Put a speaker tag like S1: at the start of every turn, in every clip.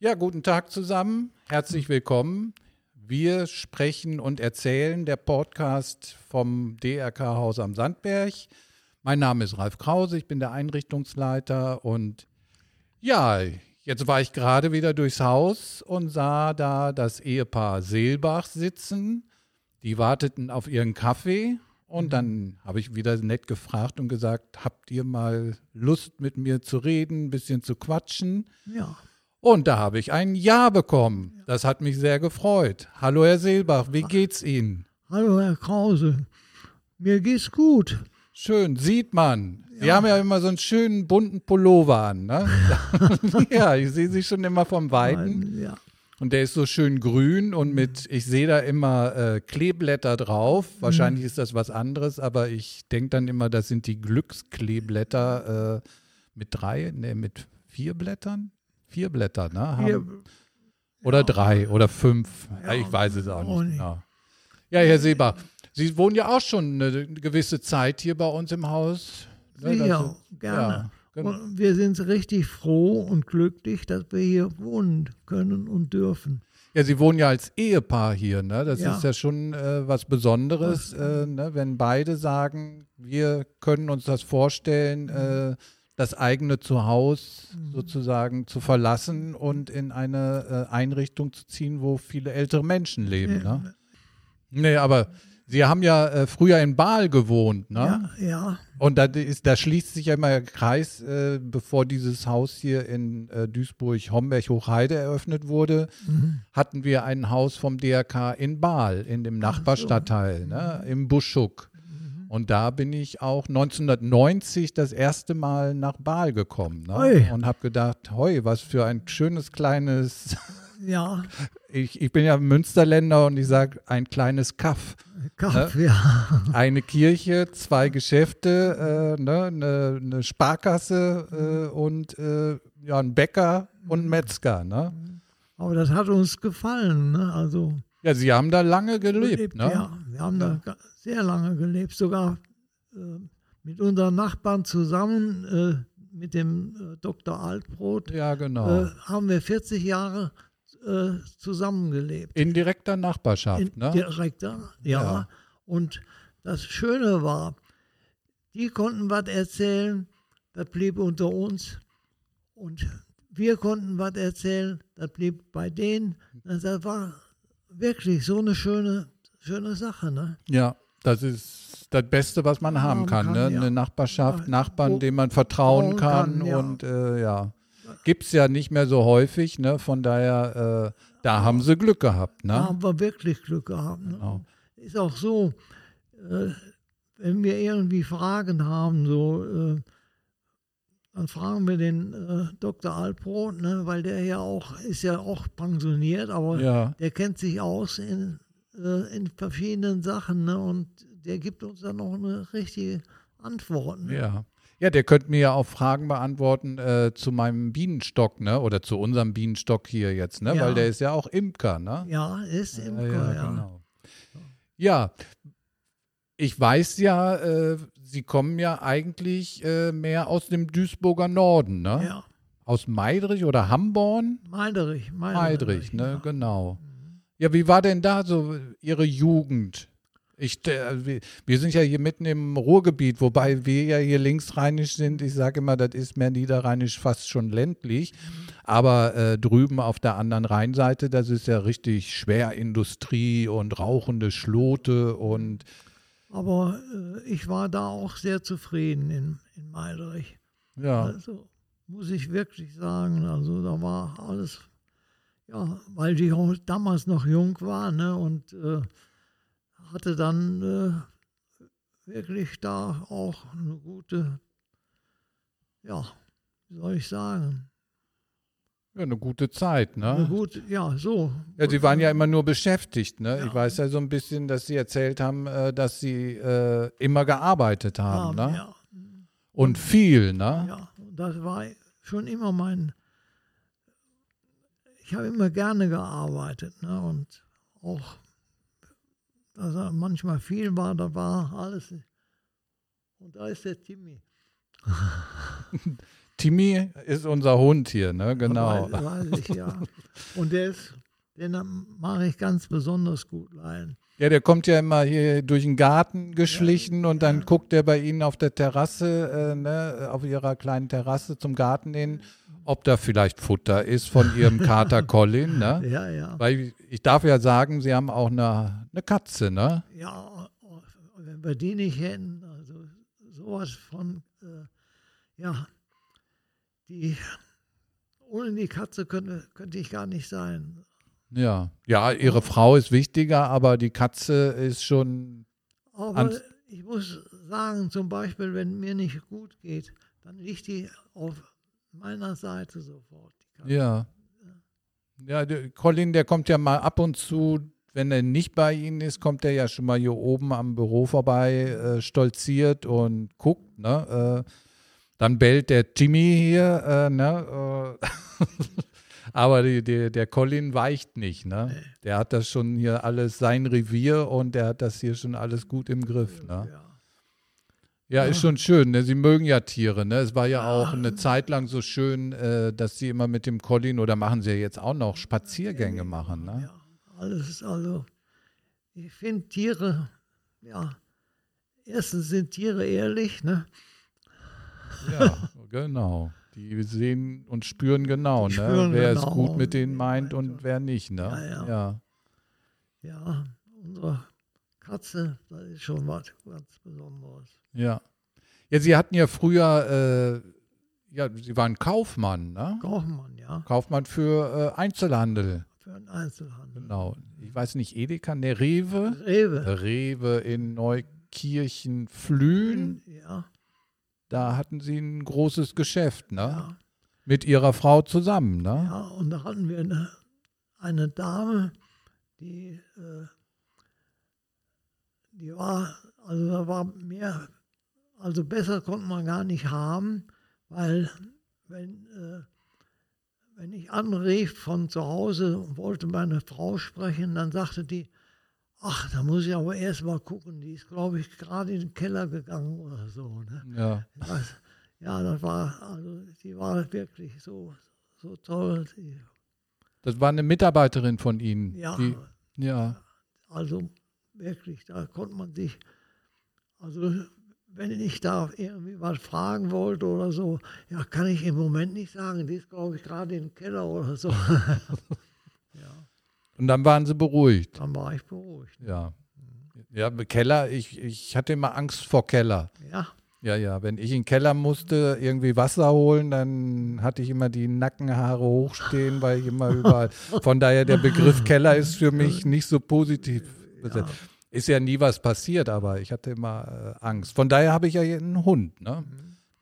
S1: Ja, guten Tag zusammen. Herzlich willkommen. Wir sprechen und erzählen der Podcast vom DRK Haus am Sandberg. Mein Name ist Ralf Krause, ich bin der Einrichtungsleiter und ja, jetzt war ich gerade wieder durchs Haus und sah da das Ehepaar Seelbach sitzen. Die warteten auf ihren Kaffee und dann habe ich wieder nett gefragt und gesagt, habt ihr mal Lust mit mir zu reden, ein bisschen zu quatschen?
S2: Ja.
S1: Und da habe ich ein Ja bekommen. Das hat mich sehr gefreut. Hallo, Herr Seelbach, wie geht's Ihnen?
S2: Hallo, Herr Krause. Mir geht's gut.
S1: Schön, sieht man. Sie haben ja immer so einen schönen bunten Pullover an. Ne? ja, ich sehe Sie schon immer vom Weiten.
S2: Ja.
S1: Und der ist so schön grün und mit, ich sehe da immer äh, Kleeblätter drauf. Wahrscheinlich ist das was anderes, aber ich denke dann immer, das sind die Glückskleeblätter äh, mit drei, ne, mit vier Blättern? Vier Blätter, ne? Haben,
S2: Wir,
S1: Oder drei oder fünf. ich weiß es auch
S2: auch
S1: nicht.
S2: nicht.
S1: genau. Ja, Herr Seber, Sie wohnen ja auch schon eine gewisse Zeit hier bei uns im Haus. Ne, das
S2: ja,
S1: ist-
S2: gerne.
S1: genau.
S2: Und wir sind richtig froh und glücklich, dass wir hier wohnen können und dürfen.
S1: Ja, Sie wohnen ja als Ehepaar hier, ne? Das
S2: Ja.
S1: ist ja schon äh, was Besonderes, äh, ne? wenn beide sagen, wir können uns das vorstellen, äh, das eigene Zuhause
S2: Mhm.
S1: sozusagen zu verlassen und in eine äh, Einrichtung zu ziehen, wo viele ältere Menschen leben, ne? Nee, aber Sie haben ja äh, früher in Baal gewohnt, ne?
S2: Ja, ja.
S1: Und da, ist, da schließt sich ja immer der Kreis, äh, bevor dieses Haus hier in äh, Duisburg, Homberg, Hochheide eröffnet wurde, hatten wir ein Haus vom DRK in Baal, in dem Nachbarstadtteil, ne, im Buschuck. Und da bin ich auch 1990 das erste Mal nach Baal gekommen ne?
S2: Ui.
S1: und habe gedacht, hoi, was für ein schönes kleines,
S2: ja.
S1: ich, ich bin ja Münsterländer und ich sage, ein kleines Kaff
S2: Kaffee, ja.
S1: eine Kirche, zwei Geschäfte, äh, ne, eine, eine Sparkasse äh, und äh, ja, ein Bäcker und ein Metzger. Ne?
S2: Aber das hat uns gefallen. Ne? Also,
S1: Ja, sie haben da lange gelebt. Ne?
S2: Ja, wir haben da ga- sehr lange gelebt, sogar äh, mit unseren Nachbarn zusammen, äh, mit dem äh, Dr. Altbrot,
S1: Ja, genau.
S2: äh, haben wir 40 Jahre äh, zusammengelebt.
S1: In direkter
S2: In
S1: Nachbarschaft. Ne?
S2: direkter, ja.
S1: Ja.
S2: Und das Schöne war, die konnten was erzählen, das blieb unter uns. Und wir konnten was erzählen, das blieb bei denen. Das war wirklich so eine schöne, schöne Sache. Ne?
S1: Ja, das ist das Beste, was man haben
S2: Haben
S1: kann.
S2: kann,
S1: ne?
S2: ja.
S1: Eine Nachbarschaft,
S2: Ja,
S1: Nachbarn,
S2: wo-
S1: dem man vertrauen
S2: vertrauen
S1: kann.
S2: kann, ja.
S1: Und äh, ja, gibt es ja nicht mehr so häufig. Ne? Von daher, äh, da haben sie Glück gehabt.
S2: Da
S1: Ne?
S2: haben wir wirklich Glück gehabt. Ne?
S1: Genau.
S2: Ist auch so, äh, wenn wir irgendwie Fragen haben, so, äh, dann fragen wir den äh, Dr. Albrot, ne? weil der ja auch, ist ja auch pensioniert, aber
S1: Ja.
S2: der kennt sich aus in, äh, in verschiedenen Sachen ne? und der gibt uns dann noch eine richtige Antwort. Ne?
S1: Ja. Ja, der könnte mir ja auch Fragen beantworten äh, zu meinem Bienenstock, ne? Oder zu unserem Bienenstock hier jetzt, ne?
S2: Ja.
S1: Weil der ist ja auch Imker, ne?
S2: Ja, ist im
S1: Ja,
S2: Chor, ja.
S1: genau. Ja, ich weiß ja, äh, Sie kommen ja eigentlich äh, mehr aus dem Duisburger Norden, ne?
S2: ja.
S1: Aus Meidrich oder Hamborn?
S2: Meidrich, Meidrich.
S1: Heidrich, ne,
S2: ja.
S1: genau. Ja, wie war denn da so Ihre Jugend? Ich, äh, wir, wir sind ja hier mitten im Ruhrgebiet, wobei wir ja hier linksrheinisch sind. Ich sage immer, das ist mehr niederrheinisch fast schon ländlich.
S2: Mhm.
S1: Aber äh, drüben auf der anderen Rheinseite, das ist ja richtig Schwerindustrie und rauchende Schlote und
S2: Aber äh, ich war da auch sehr zufrieden in, in Meidrich.
S1: ja,
S2: Also muss ich wirklich sagen, also da war alles, ja, weil ich auch damals noch jung war, ne, und äh, hatte dann äh, wirklich da auch eine gute, ja, wie soll ich sagen,
S1: ja eine gute Zeit, ne?
S2: eine gute, ja, so.
S1: Ja, sie waren ja immer nur beschäftigt, ne? Ich
S2: Ja.
S1: weiß ja so ein bisschen, dass sie erzählt haben, äh, dass sie äh, immer gearbeitet haben, ne?
S2: Ah, ja,
S1: Und viel, ne?
S2: ja, und das war schon immer mein, ich habe immer gerne gearbeitet ne? und auch, dass er manchmal viel war, da war alles. Und da ist der Timmy.
S1: Timmy ist unser Hund hier, ne? Genau.
S2: Weiß, weiß ich, ja. Und der ist, den mache ich ganz besonders gut leihen.
S1: Ja, der kommt ja immer hier durch den Garten geschlichen und dann guckt er bei Ihnen auf der Terrasse, äh, ne, auf Ihrer kleinen Terrasse zum Garten hin, ob da vielleicht Futter ist von Ihrem Kater Colin, ne?
S2: Ja, ja.
S1: Weil ich darf ja sagen, Sie haben auch eine, eine Katze, ne?
S2: Ja, wenn wir die nicht hätten, also sowas von, äh, ja, die, ohne die Katze könnte, könnte ich gar nicht sein.
S1: Ja. Ja, Ihre Frau ist wichtiger, aber die Katze ist schon.
S2: Aber
S1: Ans-
S2: ich muss sagen, zum Beispiel, wenn mir nicht gut geht, dann liegt die auf meiner Seite sofort. Die Katze.
S1: Ja. Ja, der Colin, der kommt ja mal ab und zu, wenn er nicht bei Ihnen ist, kommt er ja schon mal hier oben am Büro vorbei, äh, stolziert und guckt, ne? Äh, dann bellt der Timmy hier, äh, ne? Äh, aber die, die, der Colin weicht nicht, ne? Der hat das schon hier alles, sein Revier und der hat das hier schon alles gut im Griff, ne?
S2: Ja.
S1: Ja, ist schon schön. Ne? Sie mögen ja Tiere. Ne? Es war
S2: Ah.
S1: ja auch eine Zeit lang so schön, äh, dass Sie immer mit dem Colin oder machen Sie ja jetzt auch noch Spaziergänge machen. Ne?
S2: ja, alles, also, ich finde Tiere, ja, erstens sind Tiere ehrlich, ne?
S1: Ja, genau. Die sehen und spüren genau,
S2: Die
S1: ne?
S2: spüren
S1: wer es
S2: genau,
S1: gut mit
S2: wer
S1: denen meint
S2: meint
S1: und
S2: und-
S1: wer nicht. Ne?
S2: Ja, ja. Ja, unsere Katze, das ist schon was ganz Besonderes.
S1: ja. ja. Ja, Sie hatten ja früher, äh, ja, Sie waren Kaufmann, ne?
S2: Kaufmann, ja,
S1: Kaufmann für äh, Einzelhandel.
S2: für den Einzelhandel.
S1: Genau. Ich weiß nicht, Edeka, ne, Rewe.
S2: Rewe,
S1: Rewe in Neukirchen-Flühen.
S2: ja,
S1: Da hatten sie ein großes Geschäft, ne?
S2: ja,
S1: Mit ihrer Frau zusammen, ne?
S2: ja. Und da hatten wir eine, eine Dame, die, äh, die war, also da war mehr, also besser konnte man gar nicht haben, weil wenn, äh, wenn ich anrief von zu Hause und wollte meine Frau sprechen, dann sagte die, ach, da muss ich aber erst mal gucken, die ist, glaube ich, gerade in den Keller gegangen oder so. Ne?
S1: Ja.
S2: Das, ja, das war, also die war wirklich so, so toll. Die,
S1: Das war eine Mitarbeiterin von ihnen.
S2: ja,
S1: Die, ja.
S2: also wirklich, da konnte man sich, also wenn ich da irgendwie was fragen wollte oder so, ja, kann ich im Moment nicht sagen, die ist, glaube ich, gerade im Keller oder so. ja,
S1: Und dann waren sie beruhigt.
S2: dann war ich beruhigt.
S1: Ja.
S2: Mhm.
S1: Ja, Keller, ich, ich hatte immer Angst vor Keller.
S2: Ja,
S1: Ja, ja. Wenn ich in den Keller musste, irgendwie Wasser holen, dann hatte ich immer die Nackenhaare hochstehen, weil ich immer überall. Von daher, der Begriff Keller ist für mich nicht so positiv. besetzt. Ist ja nie was passiert, aber ich hatte immer äh, Angst. Von daher habe ich ja hier einen Hund, ne?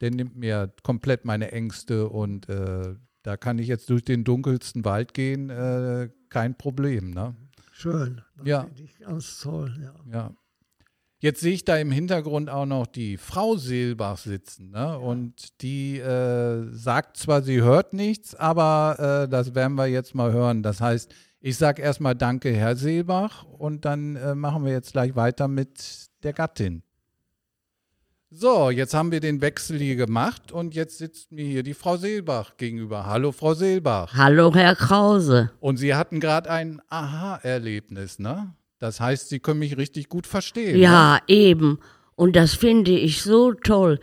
S1: Der nimmt mir komplett meine Ängste und äh, da kann ich jetzt durch den dunkelsten Wald gehen, äh, kein Problem, ne?
S2: schön. Das
S1: Ja.
S2: finde ich ganz toll, ja.
S1: Ja. Jetzt sehe ich da im Hintergrund auch noch die Frau Seelbach sitzen. Ne? Und die äh, sagt zwar, sie hört nichts, aber äh, das werden wir jetzt mal hören. Das heißt, ich sage erstmal Danke, Herr Seelbach, und dann äh, machen wir jetzt gleich weiter mit der Gattin. So, jetzt haben wir den Wechsel hier gemacht und jetzt sitzt mir hier die Frau Seelbach gegenüber. Hallo, Frau Seelbach.
S3: Hallo, Herr Krause.
S1: Und Sie hatten gerade ein Aha-Erlebnis, ne? Das heißt, Sie können mich richtig gut verstehen. ne?
S3: Ja, eben. Und das finde ich so toll.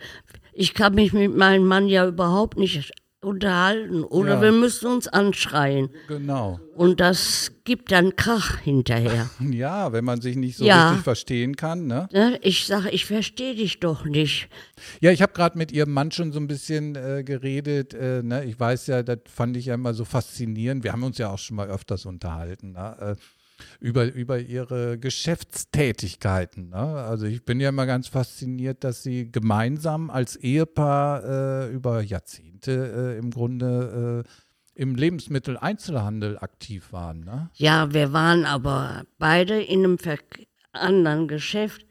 S3: Ich kann mich mit meinem Mann ja überhaupt nicht unterhalten. Oder
S1: Ja.
S3: wir müssen uns anschreien.
S1: Genau.
S3: Und das gibt dann Krach hinterher.
S1: Ja, wenn man sich nicht so
S3: Ja.
S1: richtig verstehen kann. Ne?
S3: Ne? Ich sage, ich verstehe dich doch nicht.
S1: Ja, ich habe gerade mit ihrem Mann schon so ein bisschen äh, geredet. Äh, ne? Ich weiß ja, das fand ich ja immer so faszinierend. Wir haben uns ja auch schon mal öfters unterhalten. Ne? Äh, über, über ihre Geschäftstätigkeiten. Ne? Also ich bin ja immer ganz fasziniert, dass sie gemeinsam als Ehepaar äh, über Jahrzehnte äh, im Grunde äh, im Lebensmitteleinzelhandel aktiv waren. Ne?
S3: Ja, wir waren aber beide in einem Ver anderen Geschäft.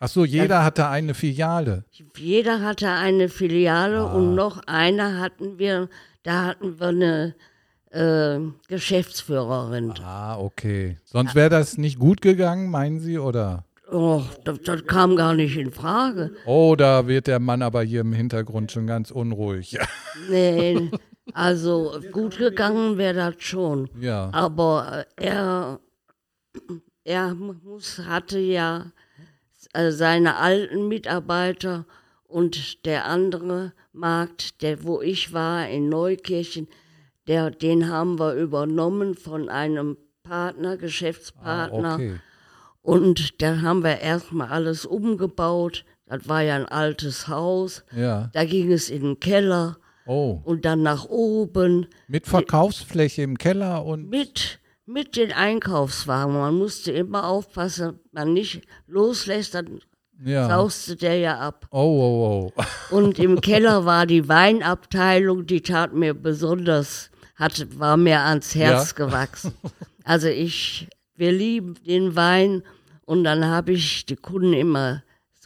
S1: Ach so, jeder hatte eine Filiale.
S3: Jeder hatte eine Filiale und noch eine hatten wir, da hatten wir eine äh, Geschäftsführerin.
S1: Ah, okay. Sonst wäre das nicht gut gegangen, meinen Sie, oder?
S3: Oh, das, das kam gar nicht in Frage.
S1: Oh, da wird der Mann aber hier im Hintergrund schon ganz unruhig.
S3: Nee, also gut gegangen wäre das schon.
S1: ja.
S3: Aber äh, er, er muss, hatte ja äh, seine alten Mitarbeiter und der andere Markt, der, wo ich war in Neukirchen, der, den haben wir übernommen von einem Partner,
S1: Ah,
S3: Geschäftspartner.
S1: okay.
S3: Und da haben wir erstmal alles umgebaut. Das war ja ein altes Haus.
S1: Ja.
S3: Da ging es in den Keller
S1: Oh.
S3: und dann nach oben
S1: Mit Verkaufsfläche im Keller und
S3: mit, mit den Einkaufswagen. Man musste immer aufpassen, dass man nicht loslässt, dann
S1: ja.
S3: sauste der ja ab.
S1: Oh, oh, oh.
S3: Und im Keller war die Weinabteilung, die tat mir besonders, hat, war mir ans Herz
S1: Ja.
S3: gewachsen. Also ich, wir lieben den Wein und dann habe ich die Kunden immer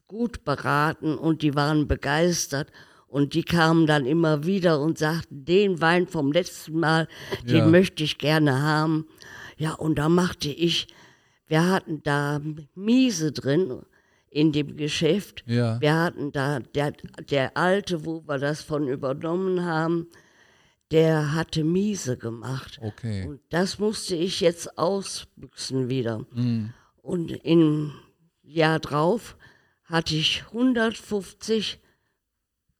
S3: gut beraten und die waren begeistert. Und die kamen dann immer wieder und sagten, den Wein vom letzten Mal, den
S1: Ja.
S3: möchte ich gerne haben. Ja, und da machte ich, wir hatten da Miese drin in dem Geschäft.
S1: Ja.
S3: Wir hatten da, der, der Alte, wo wir das von übernommen haben, der hatte Miese gemacht.
S1: Okay.
S3: Und das musste ich jetzt ausbüchsen wieder.
S1: Mhm.
S3: Und im Jahr drauf hatte ich 150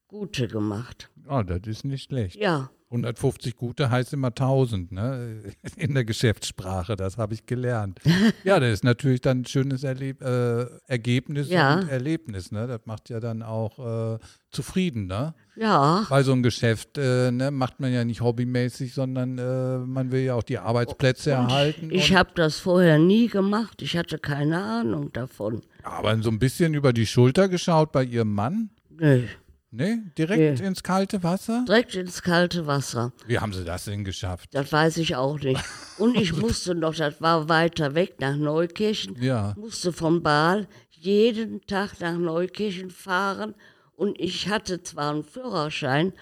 S3: gute gemacht.
S1: Ah, das ist nicht schlecht.
S3: Ja,
S1: 150 gute heißt immer 1000, ne? In der Geschäftssprache, das habe ich gelernt. Ja, das ist natürlich dann ein schönes Erleb äh, Ergebnis
S3: Ja.
S1: und Erlebnis, ne? Das macht ja dann auch äh, zufrieden, ne?
S3: ja,
S1: Weil so ein Geschäft äh, ne, macht man ja nicht hobbymäßig, sondern äh, man will ja auch die Arbeitsplätze erhalten.
S3: ich
S1: und-
S3: habe das vorher nie gemacht. Ich hatte keine Ahnung davon.
S1: aber so ein bisschen über die Schulter geschaut bei ihrem Mann.
S3: Nö,
S1: Ne? Direkt
S3: Nee.
S1: ins kalte Wasser?
S3: direkt ins kalte Wasser.
S1: Wie haben sie das denn geschafft?
S3: Das weiß ich auch nicht. Und ich musste noch, das war weiter weg nach Neukirchen,
S1: Ja.
S3: musste vom Baal jeden Tag nach Neukirchen fahren. Und ich hatte zwar einen Führerschein,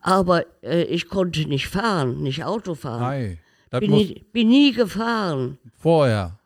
S3: aber äh, ich konnte nicht fahren, nicht Auto fahren.
S1: Ei. Das
S3: Bin
S1: muss
S3: nie, bin nie gefahren
S1: vorher.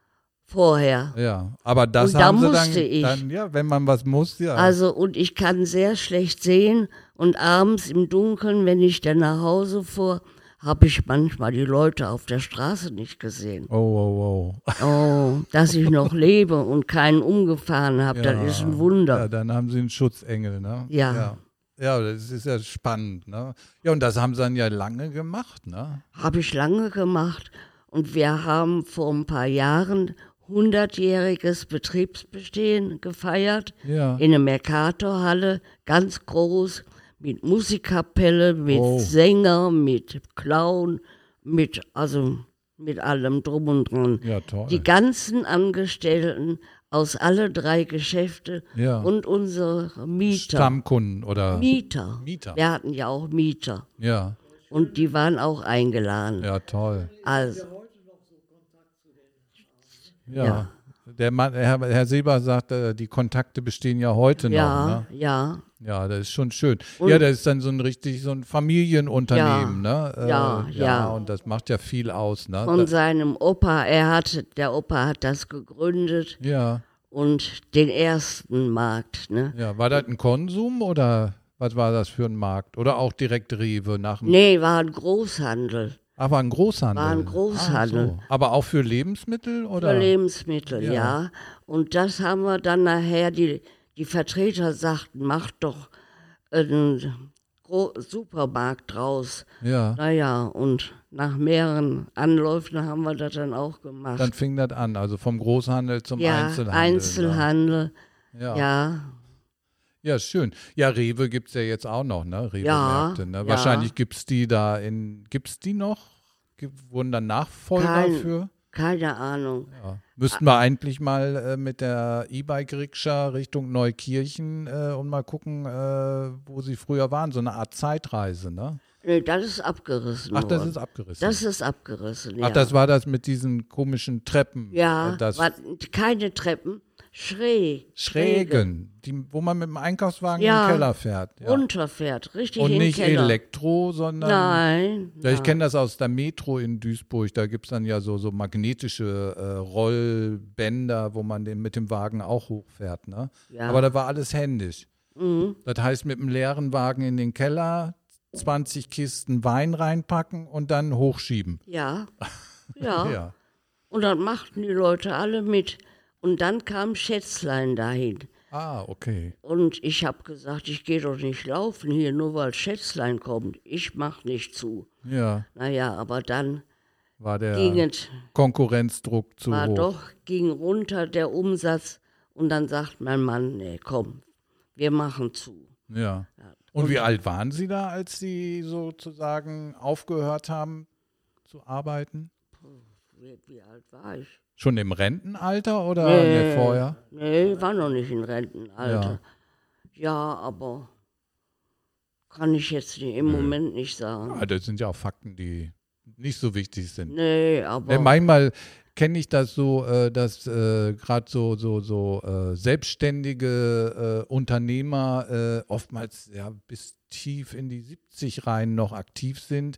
S3: vorher.
S1: Ja. Aber das
S3: Und da
S1: haben sie dann,
S3: musste ich.
S1: dann, ja, wenn man was muss, ja.
S3: Also, und ich kann sehr schlecht sehen. Und abends im Dunkeln, wenn ich dann nach Hause fuhr, habe ich manchmal die Leute auf der Straße nicht gesehen.
S1: oh, oh, oh.
S3: Oh, dass ich noch lebe und keinen umgefahren habe,
S1: Ja.
S3: das ist ein
S1: Ja,
S3: Wunder.
S1: dann haben sie einen Schutzengel, ne?
S3: Ja.
S1: ja. Ja, das ist ja spannend, ne? Ja, und das haben sie dann ja lange gemacht, ne?
S3: Habe ich lange gemacht. Und wir haben vor ein paar Jahren 100-jähriges Betriebsbestehen gefeiert
S1: Ja.
S3: in der Mercatorhalle, ganz groß, mit Musikkapelle, mit
S1: Oh.
S3: Sänger, mit Clown, mit, also mit allem drum und dran.
S1: Ja, toll.
S3: Die ganzen Angestellten aus alle drei Geschäfte
S1: Ja.
S3: und unsere Mieter.
S1: Stammkunden oder
S3: Mieter.
S1: Mieter.
S3: Wir hatten ja auch Mieter.
S1: Ja,
S3: Und die waren auch eingeladen.
S1: ja, toll.
S3: Also,
S1: Ja.
S3: Ja.
S1: Der Mann, Herr, Herr Seber sagt, äh, die Kontakte bestehen ja heute noch.
S3: ja,
S1: Ne?
S3: ja,
S1: Ja, das ist schon schön.
S3: Und-
S1: ja, das ist dann so ein richtig so ein Familienunternehmen, ne? Äh,
S3: Ja, ja.
S1: Und das macht ja viel aus, ne?
S3: Von
S1: Da,
S3: seinem Opa. Er hat, der Opa hat das gegründet
S1: ja,
S3: und den ersten Markt, ne?
S1: ja. War das ein Konsum oder was war das für ein Markt? Oder auch direkt Rewe nach dem.
S3: Nee, war ein Großhandel.
S1: Ah, war ein Großhandel.
S3: War ein Großhandel.
S1: Ah, so. Aber auch für Lebensmittel oder?
S3: Für Lebensmittel,
S1: Ja.
S3: ja. Und das haben wir dann nachher, die, die Vertreter sagten, macht doch einen Gro Supermarkt draus.
S1: ja.
S3: Naja, und nach mehreren Anläufen haben wir das dann auch gemacht.
S1: Dann fing das an, also vom Großhandel zum
S3: ja,
S1: Einzelhandel. ne?
S3: Einzelhandel.
S1: Ja.
S3: Ja,
S1: Ja, schön. Ja, Rewe gibt es ja jetzt auch noch, ne? Rewe-Märkte. Ne?
S3: ja.
S1: Wahrscheinlich gibt es die da in. Gibt es die noch? Gibt, wurden dann Nachfolger
S3: Kein- Ah.
S1: für?
S3: keine Ahnung.
S1: Ja. Müssten wir eigentlich mal äh, mit der E-Bike-Rikscha Richtung Neukirchen äh, und mal gucken, äh, wo sie früher waren. So eine Art Zeitreise, ne?
S3: Nee, das ist abgerissen.
S1: Ach, das
S3: worden.
S1: ist abgerissen.
S3: Das ist abgerissen.
S1: Ach,
S3: ja.
S1: das war das mit diesen komischen Treppen.
S3: Ja,
S1: äh, das,
S3: war keine Treppen. schräg.
S1: Schrägen, die, wo man mit dem Einkaufswagen in
S3: Ja.
S1: den Keller fährt. Ja.
S3: Runterfährt, richtig
S1: Und
S3: in den
S1: nicht
S3: Keller.
S1: Elektro, sondern.
S3: Nein.
S1: Ja, ich
S3: nein.
S1: kenne das aus der Metro in Duisburg. Da gibt es dann ja so, so magnetische äh, Rollbänder, wo man den mit dem Wagen auch hochfährt. Ne?
S3: Ja.
S1: Aber da war alles händisch.
S3: Mhm.
S1: Das heißt, mit dem leeren Wagen in den Keller 20 Kisten Wein reinpacken und dann hochschieben.
S3: Ja. Ja.
S1: Ja.
S3: Und dann machten die Leute alle mit. Und dann kam Schätzlein dahin.
S1: Ah, okay.
S3: Und ich habe gesagt, ich gehe doch nicht laufen hier, nur weil Schätzlein kommt. Ich mach nicht zu.
S1: Ja,
S3: Naja, aber dann
S1: war der
S3: ging es,
S1: Konkurrenzdruck zu
S3: war
S1: hoch.
S3: doch, ging runter der Umsatz. Und dann sagt mein Mann, nee, komm, wir machen zu.
S1: Ja. Und wie alt waren Sie da, als Sie sozusagen aufgehört haben zu arbeiten?
S3: Wie, wie alt war ich?
S1: Schon im Rentenalter oder nee,
S3: Nee.
S1: vorher?
S3: Nee, war noch nicht in Rentenalter. Ja, aber kann ich jetzt nicht, im Moment nicht sagen.
S1: Ah, das sind ja auch Fakten, die nicht so wichtig sind.
S3: Nee,
S1: Äh,
S3: aber
S1: manchmal kenne ich das so, äh, dass äh, gerade so, so, so äh, selbstständige äh, Unternehmer äh, oftmals ja, bis tief in die 70 rein noch aktiv sind,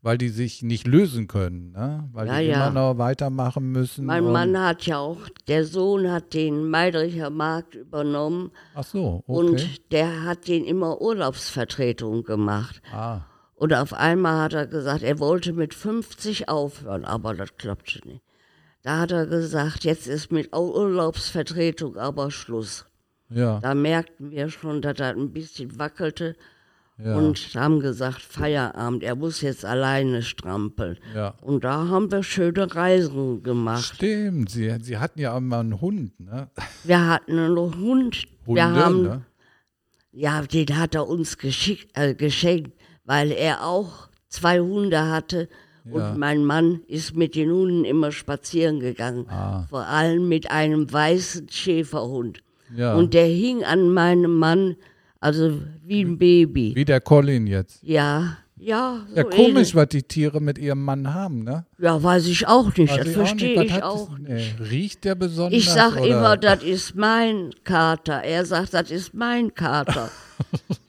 S1: weil die sich nicht lösen können, ne? weil
S3: Ja,
S1: die
S3: ja.
S1: immer noch weitermachen müssen.
S3: mein
S1: und-
S3: Mann hat ja auch, der Sohn hat den Meidricher Markt übernommen
S1: Ach so, okay.
S3: und der hat den immer Urlaubsvertretung gemacht.
S1: ah,
S3: Und auf einmal hat er gesagt, er wollte mit 50 aufhören, aber das klappte nicht. Da hat er gesagt, jetzt ist mit Au- Urlaubsvertretung aber Schluss.
S1: ja,
S3: Da merkten wir schon, dass er ein bisschen wackelte
S1: ja,
S3: und haben gesagt, Feierabend, er muss jetzt alleine strampeln.
S1: ja.
S3: Und da haben wir schöne Reisen gemacht.
S1: Stimmt, sie, sie hatten ja auch mal einen Hund, ne?
S3: Wir hatten einen Hund.
S1: Hunde,
S3: wir haben,
S1: ne?
S3: Ja, den hat er uns geschickt, äh, geschenkt, weil er auch zwei Hunde hatte.
S1: Ja.
S3: Und mein Mann ist mit den Hunden immer spazieren gegangen.
S1: Ah.
S3: Vor allem mit einem weißen Schäferhund.
S1: Ja.
S3: Und der hing an meinem Mann, also wie ein Baby.
S1: Wie der Colin jetzt.
S3: Ja, ja. So
S1: Ja, komisch,
S3: ähnlich.
S1: was die Tiere mit ihrem Mann haben, ne?
S3: Ja, weiß ich auch nicht.
S1: Weiß
S3: das
S1: ich auch nicht,
S3: verstehe
S1: was
S3: ich
S1: hat
S3: auch.
S1: das- nee. Riecht der besonders?
S3: Ich sag
S1: oder?
S3: immer, das ist mein Kater. Er sagt, das ist mein Kater.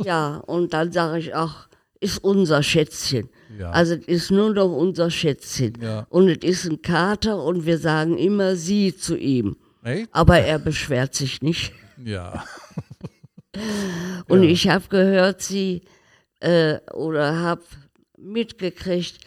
S3: ja, und dann sage ich auch, ist unser Schätzchen.
S1: Ja.
S3: Also es ist nur noch unser Schätzchen.
S1: Ja.
S3: Und es ist ein Kater und wir sagen immer sie zu ihm.
S1: Echt?
S3: Aber er beschwert sich nicht.
S1: Ja.
S3: Und ich habe gehört, sie äh, oder habe mitgekriegt,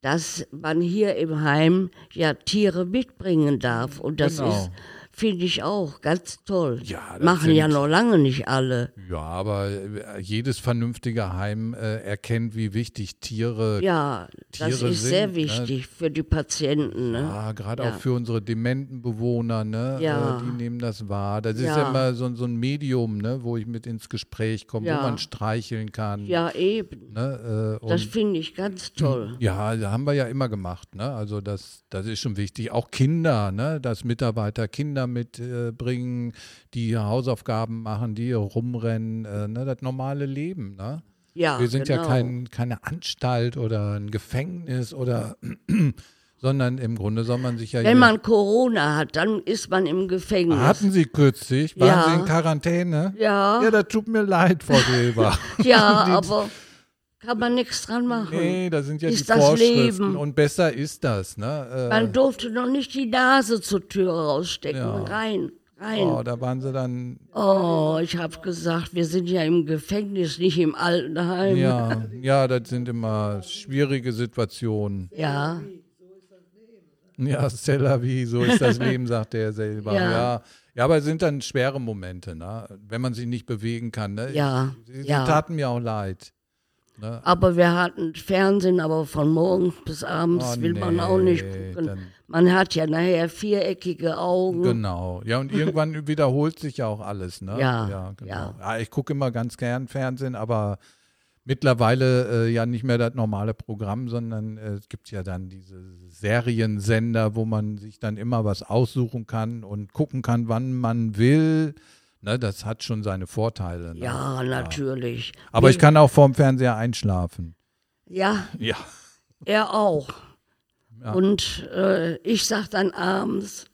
S3: dass man hier im Heim ja Tiere mitbringen darf. Und das
S1: Genau.
S3: ist, finde ich auch, ganz toll.
S1: Ja, das
S3: Machen ja
S1: sind-
S3: noch lange nicht alle.
S1: Ja, aber äh, jedes vernünftige Heim äh, erkennt, wie wichtig Tiere
S3: Ja, das
S1: Tiere
S3: ist sehr
S1: sind, ne?
S3: wichtig für die Patienten. Ne?
S1: Ah, gerade
S3: Ja.
S1: auch für unsere dementen Bewohner, ne?
S3: Ja.
S1: Äh, die nehmen das wahr. Das ist ja
S3: Ja.
S1: immer so, so ein Medium, ne? wo ich mit ins Gespräch komme,
S3: Ja.
S1: wo man streicheln kann.
S3: Ja, eben.
S1: Ne? Äh,
S3: Das
S1: und Hm.
S3: finde ich ganz toll.
S1: ja, da haben wir ja immer gemacht. Ne? Also das, das ist schon wichtig. Auch Kinder, ne? dass Mitarbeiter Kinder mitbringen, äh, bringen, die Hausaufgaben machen, die rumrennen. Äh, ne? Das normale Leben. Ne?
S3: Ja,
S1: Wir sind
S3: genau.
S1: ja kein, keine Anstalt oder ein Gefängnis oder sondern im Grunde soll man sich ja
S3: Wenn
S1: hier-
S3: man Corona hat, dann ist man im Gefängnis.
S1: Hatten Sie kürzlich? Waren
S3: Ja.
S1: Sie in Quarantäne?
S3: Ja.
S1: Ja, das tut mir leid, Frau Silber.
S3: Ja, aber kann man nichts dran machen.
S1: nee, da sind ja
S3: Ist
S1: die
S3: das
S1: Vorschriften
S3: Leben.
S1: und besser ist das, ne?
S3: Man durfte noch nicht die Nase zur Tür rausstecken.
S1: Ja.
S3: Rein,
S1: Äh,
S3: rein.
S1: oh,
S3: Oh,
S1: da waren sie dann,
S3: ich habe gesagt, wir sind ja im Gefängnis, nicht im Altenheim.
S1: ja, ja, das sind immer schwierige Situationen.
S3: Ja,
S1: Ja, c'est la vie, so ist das Leben, sagt der selber. Ja.
S3: Ja.
S1: ja. aber es sind dann schwere Momente, ne? wenn man sich nicht bewegen kann. Ne?
S3: Ja,
S1: Sie, sie
S3: ja.
S1: taten mir auch leid.
S3: aber wir hatten Fernsehen, aber von morgens bis abends
S1: Oh,
S3: will man
S1: nee,
S3: auch nicht gucken.
S1: dann-
S3: Man hat ja nachher viereckige Augen.
S1: Genau. Ja, und irgendwann wiederholt sich ja auch alles, ne?
S3: Ja,
S1: genau.
S3: ja.
S1: Ah, ich gucke immer ganz gern Fernsehen, aber mittlerweile äh, ja nicht mehr das normale Programm, sondern äh, es gibt ja dann diese Seriensender, wo man sich dann immer was aussuchen kann und gucken kann, wann man will. Ne, das hat schon seine Vorteile. Ne?
S3: Ja, natürlich.
S1: Aber ich kann auch vorm Fernseher einschlafen.
S3: Ja,
S1: Ja.
S3: Er auch. Und äh, ich sag dann abends,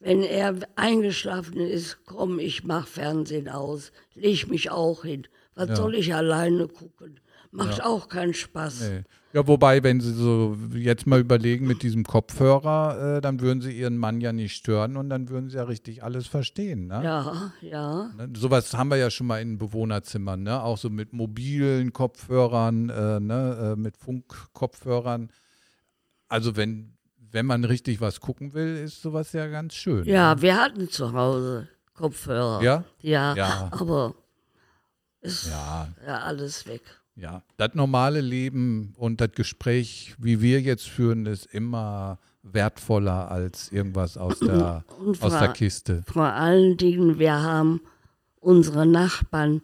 S3: Wenn er eingeschlafen ist, komm, ich mach Fernsehen aus, leg mich auch hin. Was
S1: Ja.
S3: soll ich alleine gucken? Macht auch keinen Spaß.
S1: Nee. Ja, wobei, wenn Sie so jetzt mal überlegen mit diesem Kopfhörer, äh, dann würden Sie Ihren Mann ja nicht stören und dann würden Sie ja richtig alles verstehen. Ne?
S3: Ja, ja.
S1: Ne, Sowas haben wir ja schon mal in Bewohnerzimmern, ne? auch so mit mobilen Kopfhörern, äh, ne? äh, mit Funkkopfhörern. Also wenn, wenn man richtig was gucken will, ist sowas ja ganz schön.
S3: Ja, wir hatten zu Hause Kopfhörer.
S1: Ja?
S3: Ja,
S1: Ja.
S3: aber ist ja.
S1: Ja,
S3: alles weg.
S1: ja. Das normale Leben und das Gespräch, wie wir jetzt führen, ist immer wertvoller als irgendwas aus der,
S3: Und
S1: aus der
S3: zwar-
S1: Kiste.
S3: Vor allen Dingen, wir haben unsere Nachbarn,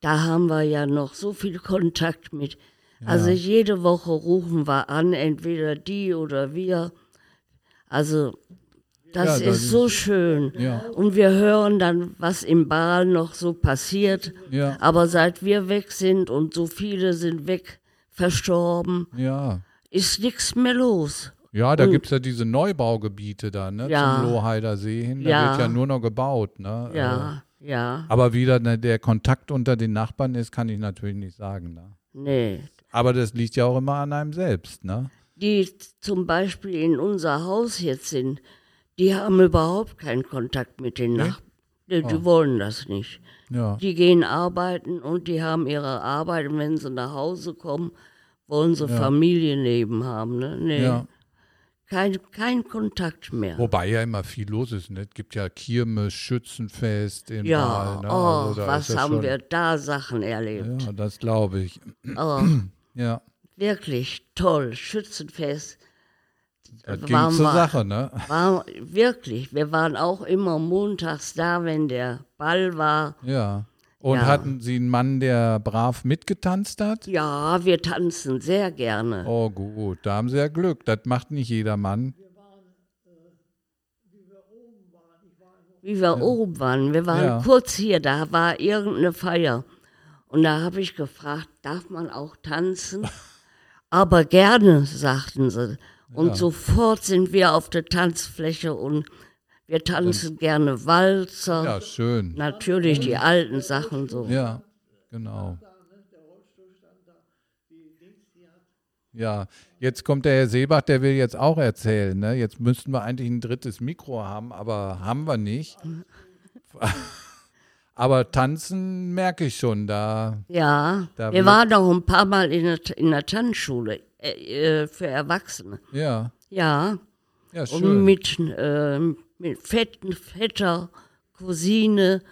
S3: da haben wir ja noch so viel Kontakt mit. Also jede Woche rufen wir an, entweder die oder wir. Also das
S1: Ja, das
S3: ist so schön.
S1: Ja.
S3: Und wir hören dann, was im Baal noch so passiert.
S1: Ja.
S3: Aber seit wir weg sind und so viele sind weg, verstorben,
S1: Ja.
S3: ist nichts mehr los.
S1: Ja, da
S3: Und-
S1: gibt es ja diese Neubaugebiete da, ne?
S3: Ja.
S1: Zum Loheider See hin. Da
S3: Ja.
S1: wird ja nur noch gebaut, ne? Äh,
S3: Ja, ja,
S1: Aber wie da ne, der Kontakt unter den Nachbarn ist, kann ich natürlich nicht sagen. Ne?
S3: nee.
S1: Aber das liegt ja auch immer an einem selbst, ne?
S3: Die z- zum Beispiel in unser Haus jetzt sind, die haben überhaupt keinen Kontakt mit den Nachbarn. Die,
S1: Oh.
S3: die wollen das nicht.
S1: Ja.
S3: Die gehen arbeiten und die haben ihre Arbeit. Und wenn sie nach Hause kommen, wollen sie Familienleben haben. Ne? Nee,
S1: ja.
S3: kein, kein Kontakt mehr.
S1: Wobei ja immer viel los ist, ne? Es gibt ja Kirmes, Schützenfest in
S3: ja,
S1: Wahl, ne?
S3: oh,
S1: Also da
S3: was
S1: ist das
S3: haben
S1: schon-
S3: wir da Sachen erlebt.
S1: Ja, das glaube ich.
S3: Oh,
S1: Ja.
S3: wirklich toll, Schützenfest.
S1: Das ging
S3: Waren
S1: zur
S3: wir-
S1: Sache, ne?
S3: War, wirklich, wir waren auch immer montags da, wenn der Ball war.
S1: Ja. Und
S3: Ja.
S1: hatten Sie einen Mann, der brav mitgetanzt hat?
S3: Ja, wir tanzen sehr gerne.
S1: Oh gut, da haben Sie ja Glück. Das macht nicht jeder Mann.
S3: Wie wir oben waren, wir waren
S1: Ja.
S3: kurz hier, da war irgendeine Feier. Und da habe ich gefragt, darf man auch tanzen? Aber gerne, sagten sie. Und sofort sind wir auf der Tanzfläche und wir tanzen gerne Walzer,
S1: Ja, schön.
S3: natürlich die alten Sachen so.
S1: Ja, genau. Ja, jetzt kommt der Herr Seebach, der will jetzt auch erzählen. Ne? Jetzt müssten wir eigentlich ein drittes Mikro haben, aber haben wir nicht. aber tanzen merke ich schon da.
S3: Ja,
S1: Da
S3: wir
S1: wird-
S3: waren noch ein paar Mal in der, in der Tanzschule äh, äh, für Erwachsene.
S1: Ja,
S3: Ja,
S1: ja, schön.
S3: und mit, äh, mit fetten, fetter Cousine.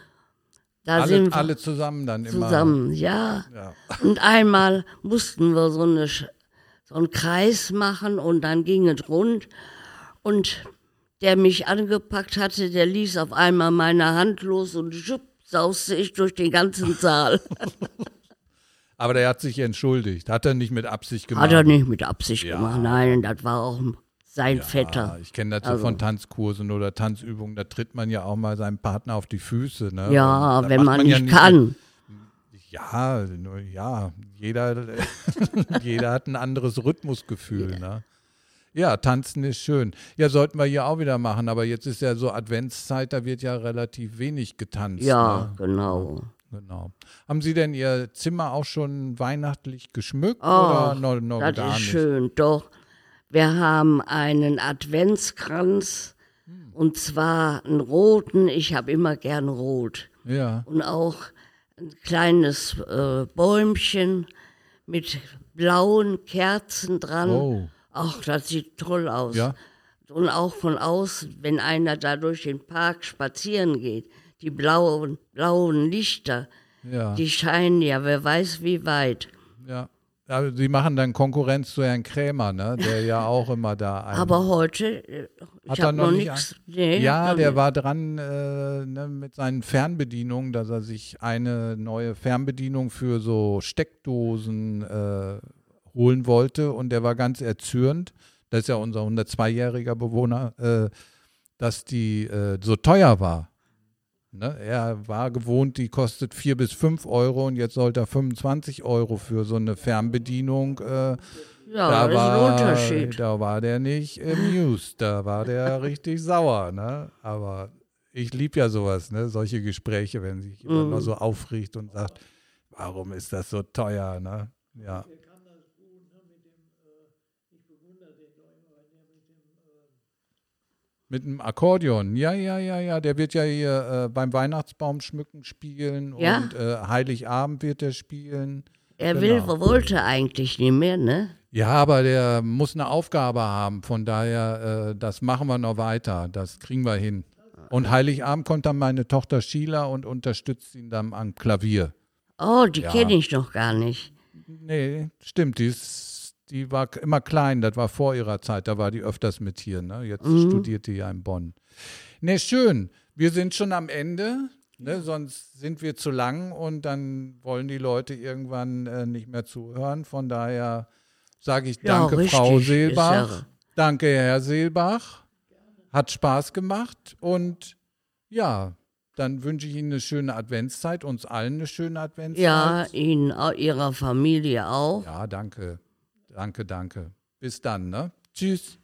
S3: Da
S1: alle,
S3: sind wir
S1: alle zusammen dann immer.
S3: zusammen, ja.
S1: Ja.
S3: Und einmal mussten wir so, eine, Sch- so einen Kreis machen und dann ging es rund. Und der mich angepackt hatte, der ließ auf einmal meine Hand los und schupp, sauste ich durch den ganzen Saal.
S1: Aber der hat sich entschuldigt. Hat er nicht mit Absicht gemacht.
S3: Hat er nicht mit Absicht gemacht, nein, das war auch sein Vetter. Also.
S1: Ich kenne das so von Tanzkursen oder Tanzübungen, da tritt man ja auch mal seinem Partner auf die Füße. Ne?
S3: Ja,
S1: Und da
S3: wenn
S1: macht
S3: man,
S1: ja
S3: nicht kann.
S1: Ja, nur- ja, jeder, jeder hat ein anderes Rhythmusgefühl. Ne? Ja, tanzen ist schön. Ja, sollten wir hier auch wieder machen, aber jetzt ist ja so Adventszeit, da wird ja relativ wenig getanzt.
S3: Ja, genau.
S1: Ne? Genau. Haben Sie denn Ihr Zimmer auch schon weihnachtlich geschmückt
S3: Oh,
S1: oder noch, noch
S3: das
S1: gar
S3: ist
S1: nicht?
S3: schön, doch. Wir haben einen Adventskranz und zwar einen roten. Ich habe immer gern rot.
S1: Ja,
S3: Und auch ein kleines äh, Bäumchen mit blauen Kerzen dran.
S1: Wow.
S3: Ach, das sieht toll aus.
S1: Oh. Ja.
S3: Und auch von außen, wenn einer da durch den Park spazieren geht, die blauen, blauen Lichter,
S1: ja,
S3: die scheinen ja, wer weiß wie weit.
S1: ja. Aber Sie machen dann Konkurrenz zu Herrn Krämer, ne? der ja auch immer da ein
S3: Aber heute, äh,
S1: Ähm, Hat
S3: ich
S1: er
S3: habe
S1: noch
S3: noch
S1: nicht
S3: nichts. Nee,
S1: Ja,
S3: noch
S1: der
S3: nicht.
S1: war dran äh, ne, mit seinen Fernbedienungen, dass er sich eine neue Fernbedienung für so Steckdosen äh, holen wollte und der war ganz erzürnt, das ist ja unser 102-jähriger Bewohner, äh, dass die äh, so teuer war. Ne? Er war gewohnt, die kostet 4 bis 5 Euro und jetzt sollte er 25 Euro für so eine Fernbedienung äh,
S3: Ja,
S1: da war,
S3: das ist ein Unterschied.
S1: Da war der nicht amused, da war der richtig sauer, ne? Aber ich liebe ja sowas, ne? Solche Gespräche, wenn sich jemand
S3: Mhm.
S1: mal so aufregt und sagt, warum ist das so teuer, ne? Ja. Mit dem Akkordeon, ja, ja, ja, ja. Der wird ja hier äh, beim Weihnachtsbaum schmücken spielen
S3: Ja.
S1: und äh, Heiligabend wird er spielen.
S3: Er
S1: Genau.
S3: will, wollte eigentlich nicht mehr, ne?
S1: Ja, aber der muss eine Aufgabe haben. Von daher, äh, das machen wir noch weiter. Das kriegen wir hin. Und Heiligabend kommt dann meine Tochter Sheila und unterstützt ihn dann am Klavier.
S3: Oh, die
S1: Ja.
S3: kenne ich noch gar nicht.
S1: Nee, stimmt. Die, ist, die war k- immer klein. Das war vor ihrer Zeit. Da war die öfters mit hier. Ne? Jetzt
S3: Mhm.
S1: studiert die ja in Bonn. Ne, schön. Wir sind schon am Ende. Ne? Sonst sind wir zu lang und dann wollen die Leute irgendwann äh, nicht mehr zuhören. Von daher sage ich
S3: Ja,
S1: danke,
S3: richtig.
S1: Frau
S3: Ist ja-
S1: Seelbach. Danke, Herr Seelbach. Hat Spaß gemacht und ja, dann wünsche ich Ihnen eine schöne Adventszeit, uns allen eine schöne Adventszeit.
S3: Ja, ihn, au- ihrer Familie auch.
S1: Ja, danke. Danke, danke. Bis dann, ne? Tschüss.